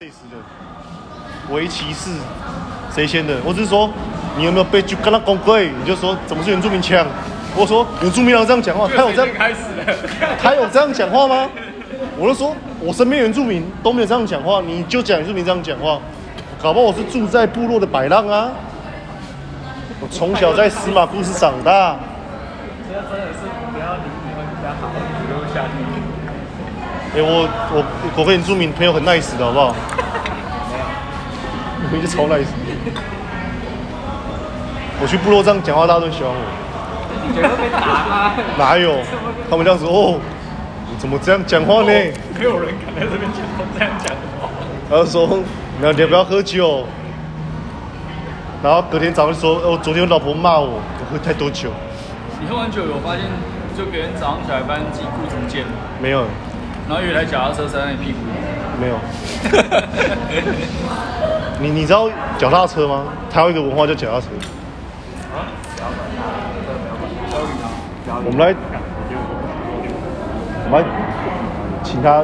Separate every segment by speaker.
Speaker 1: 类似的围棋是谁先的？我只是说你有没有被就跟他公规，你就说怎么是原住民腔？我说原住民要这样讲话，他有这样
Speaker 2: 开始了，
Speaker 1: 他有这样讲话吗？我就说我身边原住民都没有这样讲话，你就讲原住民这样讲话，搞不好我是住在部落的摆浪啊。我从小在司马故事长大，
Speaker 2: 这真的是不要理你会比较好，不用下地狱。
Speaker 1: 哎、我我我跟原住民朋友很 nice 的好不 好？我一直超 nice 的。我去部落这样讲话，大家都喜欢我。
Speaker 2: 你觉得被打吗？
Speaker 1: 哪有？他们这样子哦，你怎么这样讲话呢？
Speaker 2: 没有人敢在这边讲这样讲话。
Speaker 1: 然后说，那你要不要喝酒？然后隔天早上就说，哦，昨天我老婆骂我，我喝太多酒。
Speaker 2: 你喝完酒有发现，就别人早上起来发现自己裤子不见了，
Speaker 1: 没有，
Speaker 2: 然后有一台脚踏车塞在你屁股里。
Speaker 1: 没有。 你你知道脚踏车吗？台湾有一个文化叫脚踏车。我们来，我们来，请他，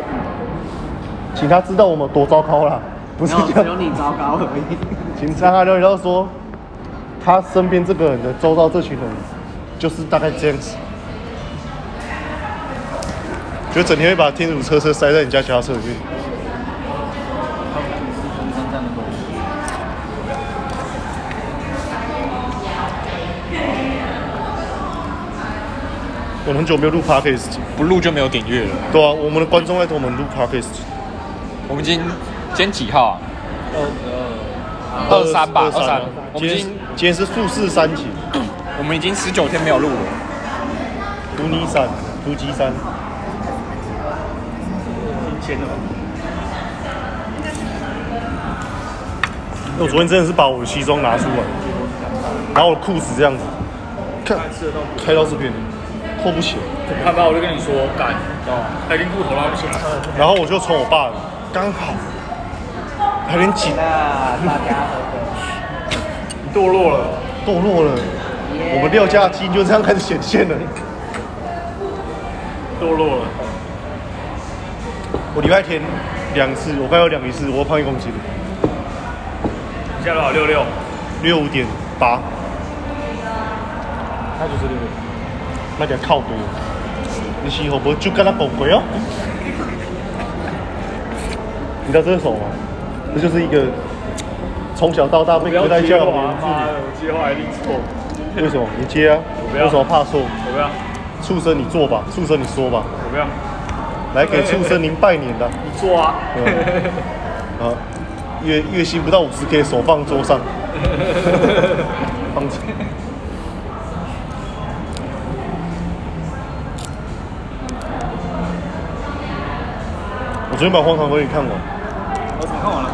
Speaker 1: 请他知道我们有多糟糕啦，不是
Speaker 3: 然后
Speaker 1: 这样
Speaker 3: 只。有你糟糕而 已。
Speaker 1: 请让他了解到说，他身边这个人的周遭这群人，就是大概这样子，就整天会把天主车车塞在你家脚踏车里面。我们很久没有录 podcast，
Speaker 4: 不录就没有点阅了。
Speaker 1: 对啊，我们的观众在跟我们录 podcast，
Speaker 4: 我们今天今天几号啊？二十二，二三吧，二三。
Speaker 1: 啊
Speaker 4: 我
Speaker 1: 今
Speaker 4: 们
Speaker 1: 天
Speaker 4: 已经
Speaker 1: 今天是复试三级，
Speaker 4: 我们已经十九天没有录了。
Speaker 1: 图尼三，图吉三。
Speaker 2: 挺钱的吧？
Speaker 1: 我昨天真的是把我的西装拿出来，然后我的裤子这样子，看开到这边，扣不起来。
Speaker 2: 他爸，我就跟你说，干，哦，他已经裤头拉不起来了。
Speaker 1: 然后我就从我爸的刚好，还有点紧，
Speaker 3: 那大家合作，
Speaker 2: 堕落了，
Speaker 1: 堕落了。我们廖家基因就这样开始显现了。
Speaker 2: 堕落了。
Speaker 1: 我礼拜天两次，我刚有量一次，我胖一公斤，
Speaker 2: 你现在多少？六六。
Speaker 1: 六五点八，
Speaker 2: 他就是六六。
Speaker 1: 那点靠背。你是好不就跟他狗鬼哦？你知道这是什么吗？这就是一个从小到大被
Speaker 2: 不要
Speaker 1: 隔代
Speaker 2: 接
Speaker 1: 教
Speaker 2: 我
Speaker 1: 养的
Speaker 2: 啊
Speaker 1: 原！住民
Speaker 2: 妈。的，我接话一定错。
Speaker 1: 为什么？你接啊！
Speaker 2: 我不要
Speaker 1: 为什么怕错？
Speaker 2: 我不要，
Speaker 1: 畜生你做吧，畜生你说吧。
Speaker 2: 我不要，
Speaker 1: 来给畜生您拜年的
Speaker 2: 你做啊！
Speaker 1: 对啊！月月薪不到五十 K，手放桌 上，放着。我昨天把《荒唐分局》看完，《
Speaker 2: 我怎么看完了？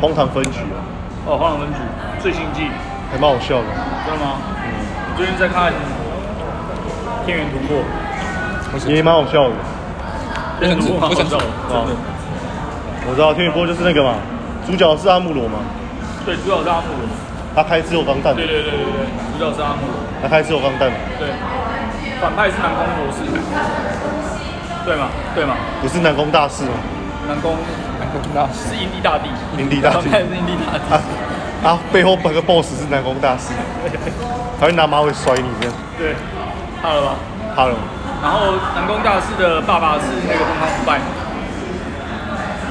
Speaker 1: 荒唐分局啊
Speaker 2: 哦，《荒唐分局》最新季，》
Speaker 1: 还蛮好笑的。
Speaker 2: 知道吗？我最近在看《天元突破》，
Speaker 1: 也蛮好笑的。
Speaker 2: 《天元突破》
Speaker 4: 不
Speaker 2: 好
Speaker 4: 想
Speaker 2: 笑，
Speaker 1: 啊
Speaker 2: 真的。
Speaker 1: 我知道天宇波就是那个嘛，主角是阿姆罗嘛，
Speaker 2: 对，主角是阿姆罗。
Speaker 1: 他开自由钢弹，
Speaker 2: 对对对对对，主角是阿姆罗。
Speaker 1: 他开自由钢弹，
Speaker 2: 对，反派是南宫博士。对吗？对吗？
Speaker 1: 不是南宫大师吗？
Speaker 2: 南宫
Speaker 4: 南宫大师，
Speaker 2: 是印地大帝，
Speaker 1: 印地大帝
Speaker 2: 反派是印地大帝。
Speaker 1: 啊啊！背后摆个 boss 是南宫大师，他会拿马尾甩你这样。
Speaker 2: 对，看了吧？
Speaker 1: 哈喽，
Speaker 2: 然后南宫大师的爸爸是那个东方不败，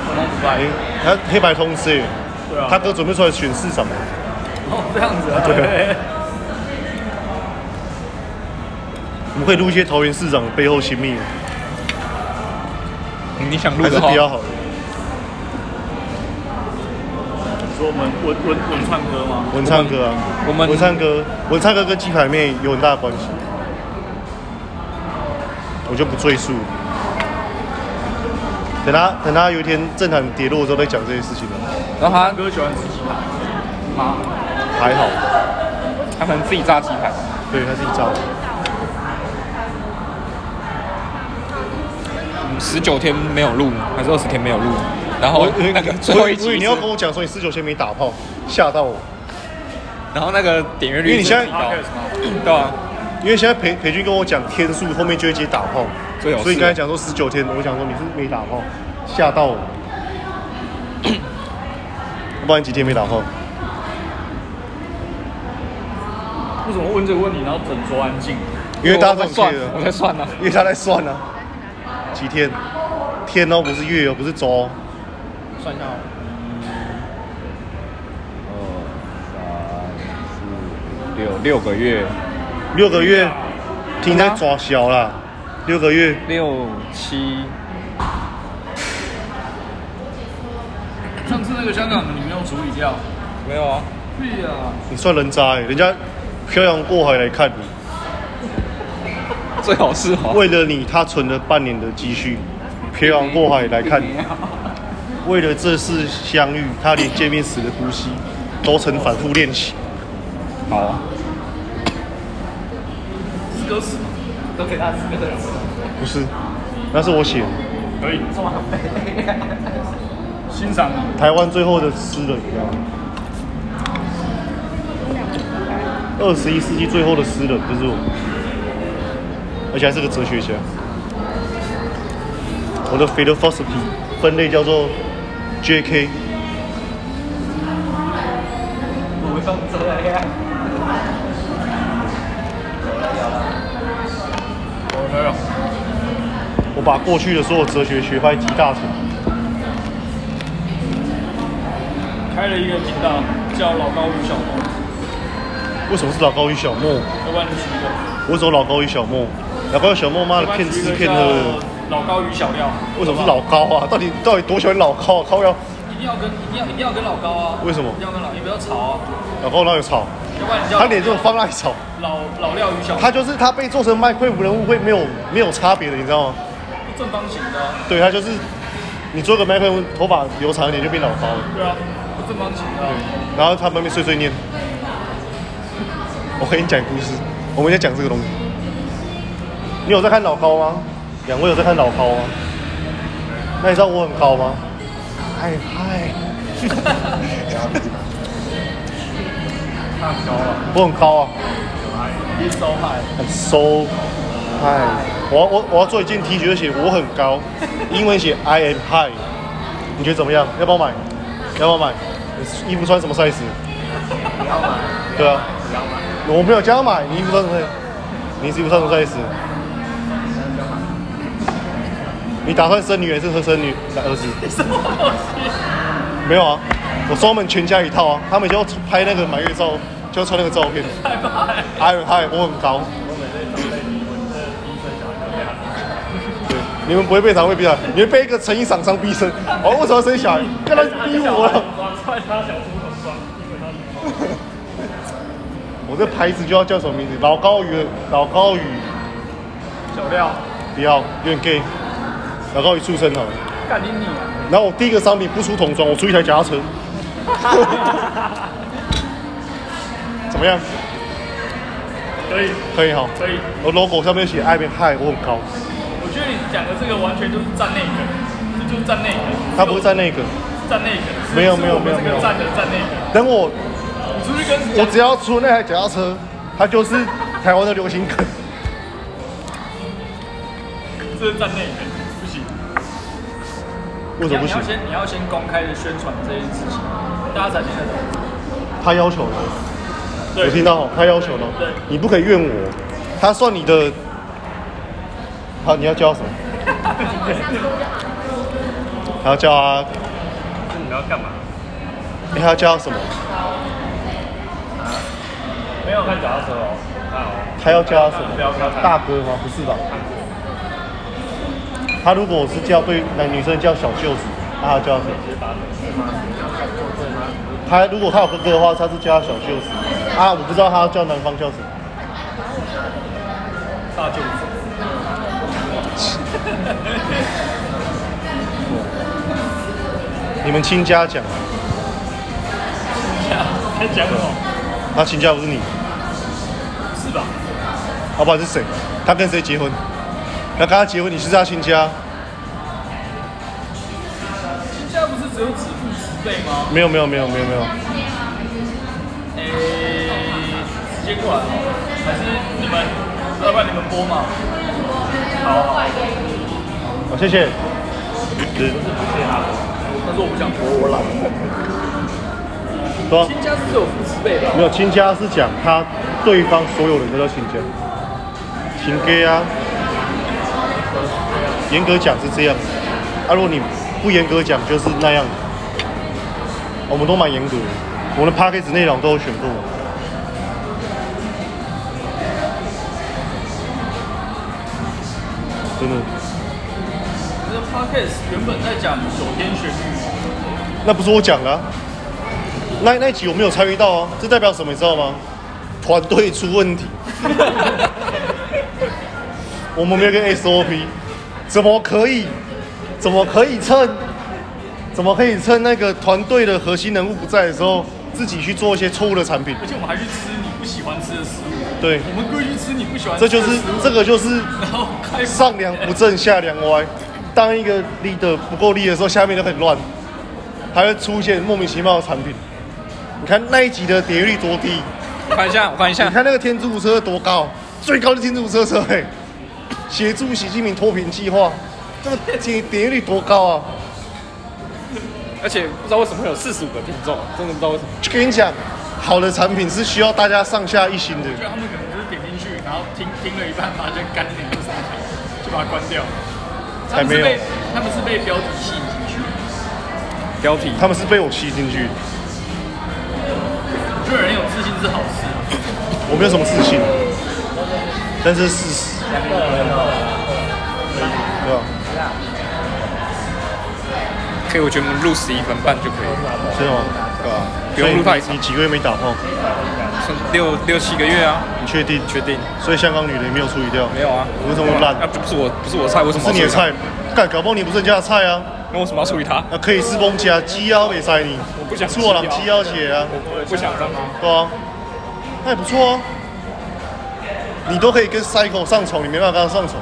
Speaker 2: 东方不败
Speaker 1: 哎、，他黑白通吃耶，
Speaker 2: 对啊，
Speaker 1: 他哥准备出来选市长了。
Speaker 2: 哦这样子啊，
Speaker 1: 对
Speaker 2: 对，
Speaker 1: 我们可以录一些桃园市长的背后亲密，
Speaker 4: 嗯你想录
Speaker 1: 还是
Speaker 4: 的话
Speaker 1: 比，较好的。
Speaker 2: 说我们文文文唱歌吗？
Speaker 1: 文唱歌啊，
Speaker 4: 我们
Speaker 1: 文唱歌，文唱歌跟鸡排妹有很大的关系，我就不赘述。等他等他有一天政坛跌落之后再讲这些事情啊吧，
Speaker 4: 然后他
Speaker 2: 唱歌喜欢吃鸡排，
Speaker 4: 妈，
Speaker 1: 还好，
Speaker 4: 他可能自己炸鸡排。
Speaker 1: 对他自己炸的。
Speaker 4: 十九天没有录，还是二十天没有录？然后哦那个最后一
Speaker 1: 我以为
Speaker 4: 集
Speaker 1: 你
Speaker 4: 是，
Speaker 1: 要跟我讲说你四九先没打炮，吓到我。
Speaker 4: 然后那个点阅率，
Speaker 1: 因为你现在
Speaker 4: 高，
Speaker 2: Podcast 吗？
Speaker 4: 对啊，
Speaker 1: 因为现在培培军跟我讲天数，后面就会接打炮，
Speaker 4: 最好是
Speaker 1: 所以你刚才讲说十九天，我想说你是没打炮，吓到我。不然你几天没打炮？
Speaker 2: 为什么问这个问题，然后整桌安静？
Speaker 1: 因为大家都
Speaker 4: 在
Speaker 1: 很 c
Speaker 4: 算
Speaker 1: a，
Speaker 4: 啊我在算呢。
Speaker 1: 因为他在算啊，几天，天哦，不是月哦，不是周哦，
Speaker 2: 算一下哦，
Speaker 4: 六六个月，
Speaker 1: 六个月，听在抓小啦，六个月，
Speaker 4: 六七，
Speaker 2: 上次那个香港的你没有处理掉，
Speaker 4: 没有啊，
Speaker 2: 对呀、
Speaker 1: 你算人渣、欸，人家漂洋过海来看你，
Speaker 4: 最好是哦。
Speaker 1: 为了你，他存了半年的积蓄，漂洋过海来看你，为了这次相遇，他连见面时的呼吸都曾反复练习。
Speaker 4: 好啊，
Speaker 2: 四个死，
Speaker 3: 都给他四个人，
Speaker 1: 不是，那是我写的
Speaker 2: 可以
Speaker 3: 这么肥，
Speaker 2: 欣赏你。
Speaker 1: 台湾最后的诗人，你知道吗？二十一世纪最后的诗人就是我，而且还是个哲学家。我的 philosophy 分类叫做 J.K.
Speaker 3: 不用这样。
Speaker 2: 我没有，
Speaker 1: 我把过去的所有哲学学派集大成，
Speaker 2: 开了一个频道叫老高与小莫，
Speaker 1: 为什么是老高与小莫？
Speaker 2: 要不然你取一个，
Speaker 1: 我走老高与小莫，老高与小莫妈
Speaker 2: 要
Speaker 1: 的
Speaker 2: 不然
Speaker 1: 骗
Speaker 2: 取一
Speaker 1: 吃
Speaker 2: 个
Speaker 1: 骗
Speaker 2: 叫
Speaker 1: 喝，
Speaker 2: 老高与小廖。
Speaker 1: 为什么是老高啊？到底到底多喜欢老高啊？靠腰，
Speaker 2: 一定要跟一定要一定要跟老高啊！
Speaker 1: 为什么
Speaker 2: 一定要跟老，你不要吵啊！
Speaker 1: 老高哪有吵？
Speaker 2: 要不然你叫
Speaker 1: 他脸这种放那里吵。
Speaker 2: 老老廖与小
Speaker 1: 他就是他被做成麦克人物会没有没有差别的，你知道吗？
Speaker 2: 正方形的啊、
Speaker 1: 对他就是你做个麦克风，头发留长一点就变老高了，
Speaker 2: 对啊，不正方形的啊、
Speaker 1: 然后他旁边碎碎念。我跟你讲故事，我们在讲这个东西。你有在看老高吗？两位有在看老高吗？那你知道我很高吗？哎嗨嗨，
Speaker 2: 太高了，
Speaker 1: 我很高啊，
Speaker 2: 一招牌。
Speaker 1: 很 so 嗨。我要我我要做一件 T 恤，写我很高，英文写 I am high。你觉得怎么样？要不要买？要不要买？你衣服穿什么 size？
Speaker 3: 不要买，
Speaker 1: 对啊，
Speaker 3: 不要买，
Speaker 1: 我没有叫他买，你衣服穿什么 size？你衣服穿什么 size？你打算生女还是和生女儿子？没有啊，我送他们全家一套啊，他们就要拍那个满月照，就要穿那个照片。哎嗨，我很高。对，你们不会被长辈逼啊，你们被一个成衣厂商逼生。哦，为什么要生小孩？干嘛逼我啊了？我这牌子就要叫什么名字？老高与老高与
Speaker 2: 小廖，
Speaker 1: 不要，有点 gay。老高与畜生好了。
Speaker 2: 干你你、啊！
Speaker 1: 然后我第一个商品不出桶装，我出一台脚踏车。怎么样？
Speaker 2: 可以
Speaker 1: 可以哈。
Speaker 2: 可以，
Speaker 1: 我 logo 上面写 I m high，我很高。
Speaker 2: 我觉得你讲的这个完全就是站内梗，这就是站内梗。
Speaker 1: 他不是在那个。
Speaker 2: 站内梗，
Speaker 1: 没有
Speaker 2: 是
Speaker 1: 没有
Speaker 2: 是我们这
Speaker 1: 没有没
Speaker 2: 个
Speaker 1: 有
Speaker 2: 站的站内梗。
Speaker 1: 等我，
Speaker 2: 你出去跟
Speaker 1: 我只要出那台脚踏车，它就是台湾的流行梗。
Speaker 2: 这是站内梗，不行。
Speaker 1: 为什么不
Speaker 2: 你
Speaker 1: 行
Speaker 2: 要你要？先你要先公开的宣传这件事情，大家才听得懂。
Speaker 1: 他要求的。有听到哦，他要求的哦
Speaker 2: 对对，
Speaker 1: 你不可以怨我，他算你的。好，你要叫他什么？还要叫他，
Speaker 2: 那你要干嘛？
Speaker 1: 你还要叫他什么？
Speaker 2: 没有看脚踏车哦。啊，
Speaker 1: 他要叫他什么
Speaker 2: 不要不要不？要
Speaker 1: 大哥吗？不是吧？他如果是叫对男女生叫小舅子，那他叫他什么？他如果他有哥哥的话，他是叫他小舅子啊。我不知道他叫男方叫什么。
Speaker 2: 大舅子。
Speaker 1: 你们亲家讲，啊
Speaker 2: 在讲什么？
Speaker 1: 他亲家不是你，
Speaker 2: 是吧？
Speaker 1: 老板是谁？他跟谁结婚？那跟他结婚，你是他亲家？
Speaker 2: 新加不是只有指父十辈吗？
Speaker 1: 没有没有没有没有没有，
Speaker 2: 诶、直接过来哦，还是你们，要不然你们播嘛？好好，
Speaker 1: 哦好谢谢。是
Speaker 2: 谢谢他。但是我不想播，我懒。
Speaker 1: 对吧？
Speaker 2: 新家是有父慈辈的啊，
Speaker 1: 没有亲家是讲他对方所有人都叫亲家，亲哥啊。严格讲是这样，啊，如果你不严格讲就是那样。我们都蛮严格的，我们的 p a c k a g e 内容都有选过。真的，
Speaker 2: 这个 podcast 原本在讲九天玄女，
Speaker 1: 那不是我讲的、啊，那那一集我没有参与到啊，这代表什么你知道吗？团队出问题， 我们没有跟 SOP，怎么可以，怎么可以趁，怎么可以趁那个团队的核心人物不在的时候，自己去做一些错误的产品？
Speaker 2: 而且我们还去吃你不喜欢吃的食物，
Speaker 1: 对，
Speaker 2: 我们故意去吃你不喜欢吃
Speaker 1: 这
Speaker 2: 的食
Speaker 1: 就
Speaker 2: 物，
Speaker 1: 是这个就是
Speaker 2: 然后开始
Speaker 1: 上梁不正下梁歪，当一个 leader 不够力的时候，下面都很乱，还会出现莫名其妙的产品。你看那一集的点阅率多低，
Speaker 4: 我看一下，我看一
Speaker 1: 你
Speaker 4: 下，
Speaker 1: 看那个天竺车多高，最高的天竺车车哎、协助习近平脱贫计划，这个点点阅率多高啊！
Speaker 4: 而且不知道为什么会有四十五个听众，真的不知道为什么。
Speaker 1: 就跟你讲，好的产品是需要大家上下一心的。
Speaker 2: 我觉得他们可能就是点进去，然后听听了一半，发现干你不傻小，就把它关掉。他
Speaker 1: 才
Speaker 2: 们
Speaker 1: 没
Speaker 2: 是
Speaker 1: 有
Speaker 2: 被他们是被标题吸引进去，
Speaker 4: 标题，
Speaker 1: 他们是被我吸进去，
Speaker 2: 我觉得人有自信是好事。
Speaker 1: 我没有什么自信，但是事实，对啊吧？
Speaker 4: 可以，我觉得我们录十一分半就可以了，
Speaker 1: 真的吗？对吧？
Speaker 4: 啊不用录太
Speaker 1: 所以
Speaker 4: 长
Speaker 1: 你你几个月没打炮？
Speaker 4: 剩六六七个月啊，
Speaker 1: 你确定？
Speaker 4: 确定？
Speaker 1: 所以香港女的也没有处理掉，
Speaker 4: 没有啊，
Speaker 1: 为什么会烂
Speaker 4: 那不是我，不是我菜，为什么
Speaker 1: 是你的
Speaker 4: 要处理
Speaker 1: 菜。干，搞不好你不是人家的菜啊！
Speaker 4: 它？那 为什么要处理它？
Speaker 1: 啊，可以是崩家鸡腰给塞你，
Speaker 4: 我不想
Speaker 1: 出了鸡腰血啊，
Speaker 4: 我不想让它。
Speaker 1: 对啊，那也不错啊。你都可以跟 cycle 上床，你没办法跟他上床。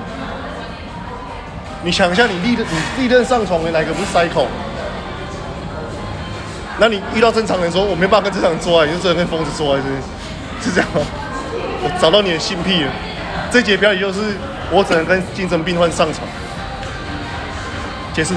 Speaker 1: 你想一下，你历任你历任上床的哪个不是 cycle？那你遇到正常人说我没办法跟正常人做爱，你就只能跟疯子做爱，是不是是这样吗？我找到你的性癖了。这节表演就是我只能跟精神病患上床。结束。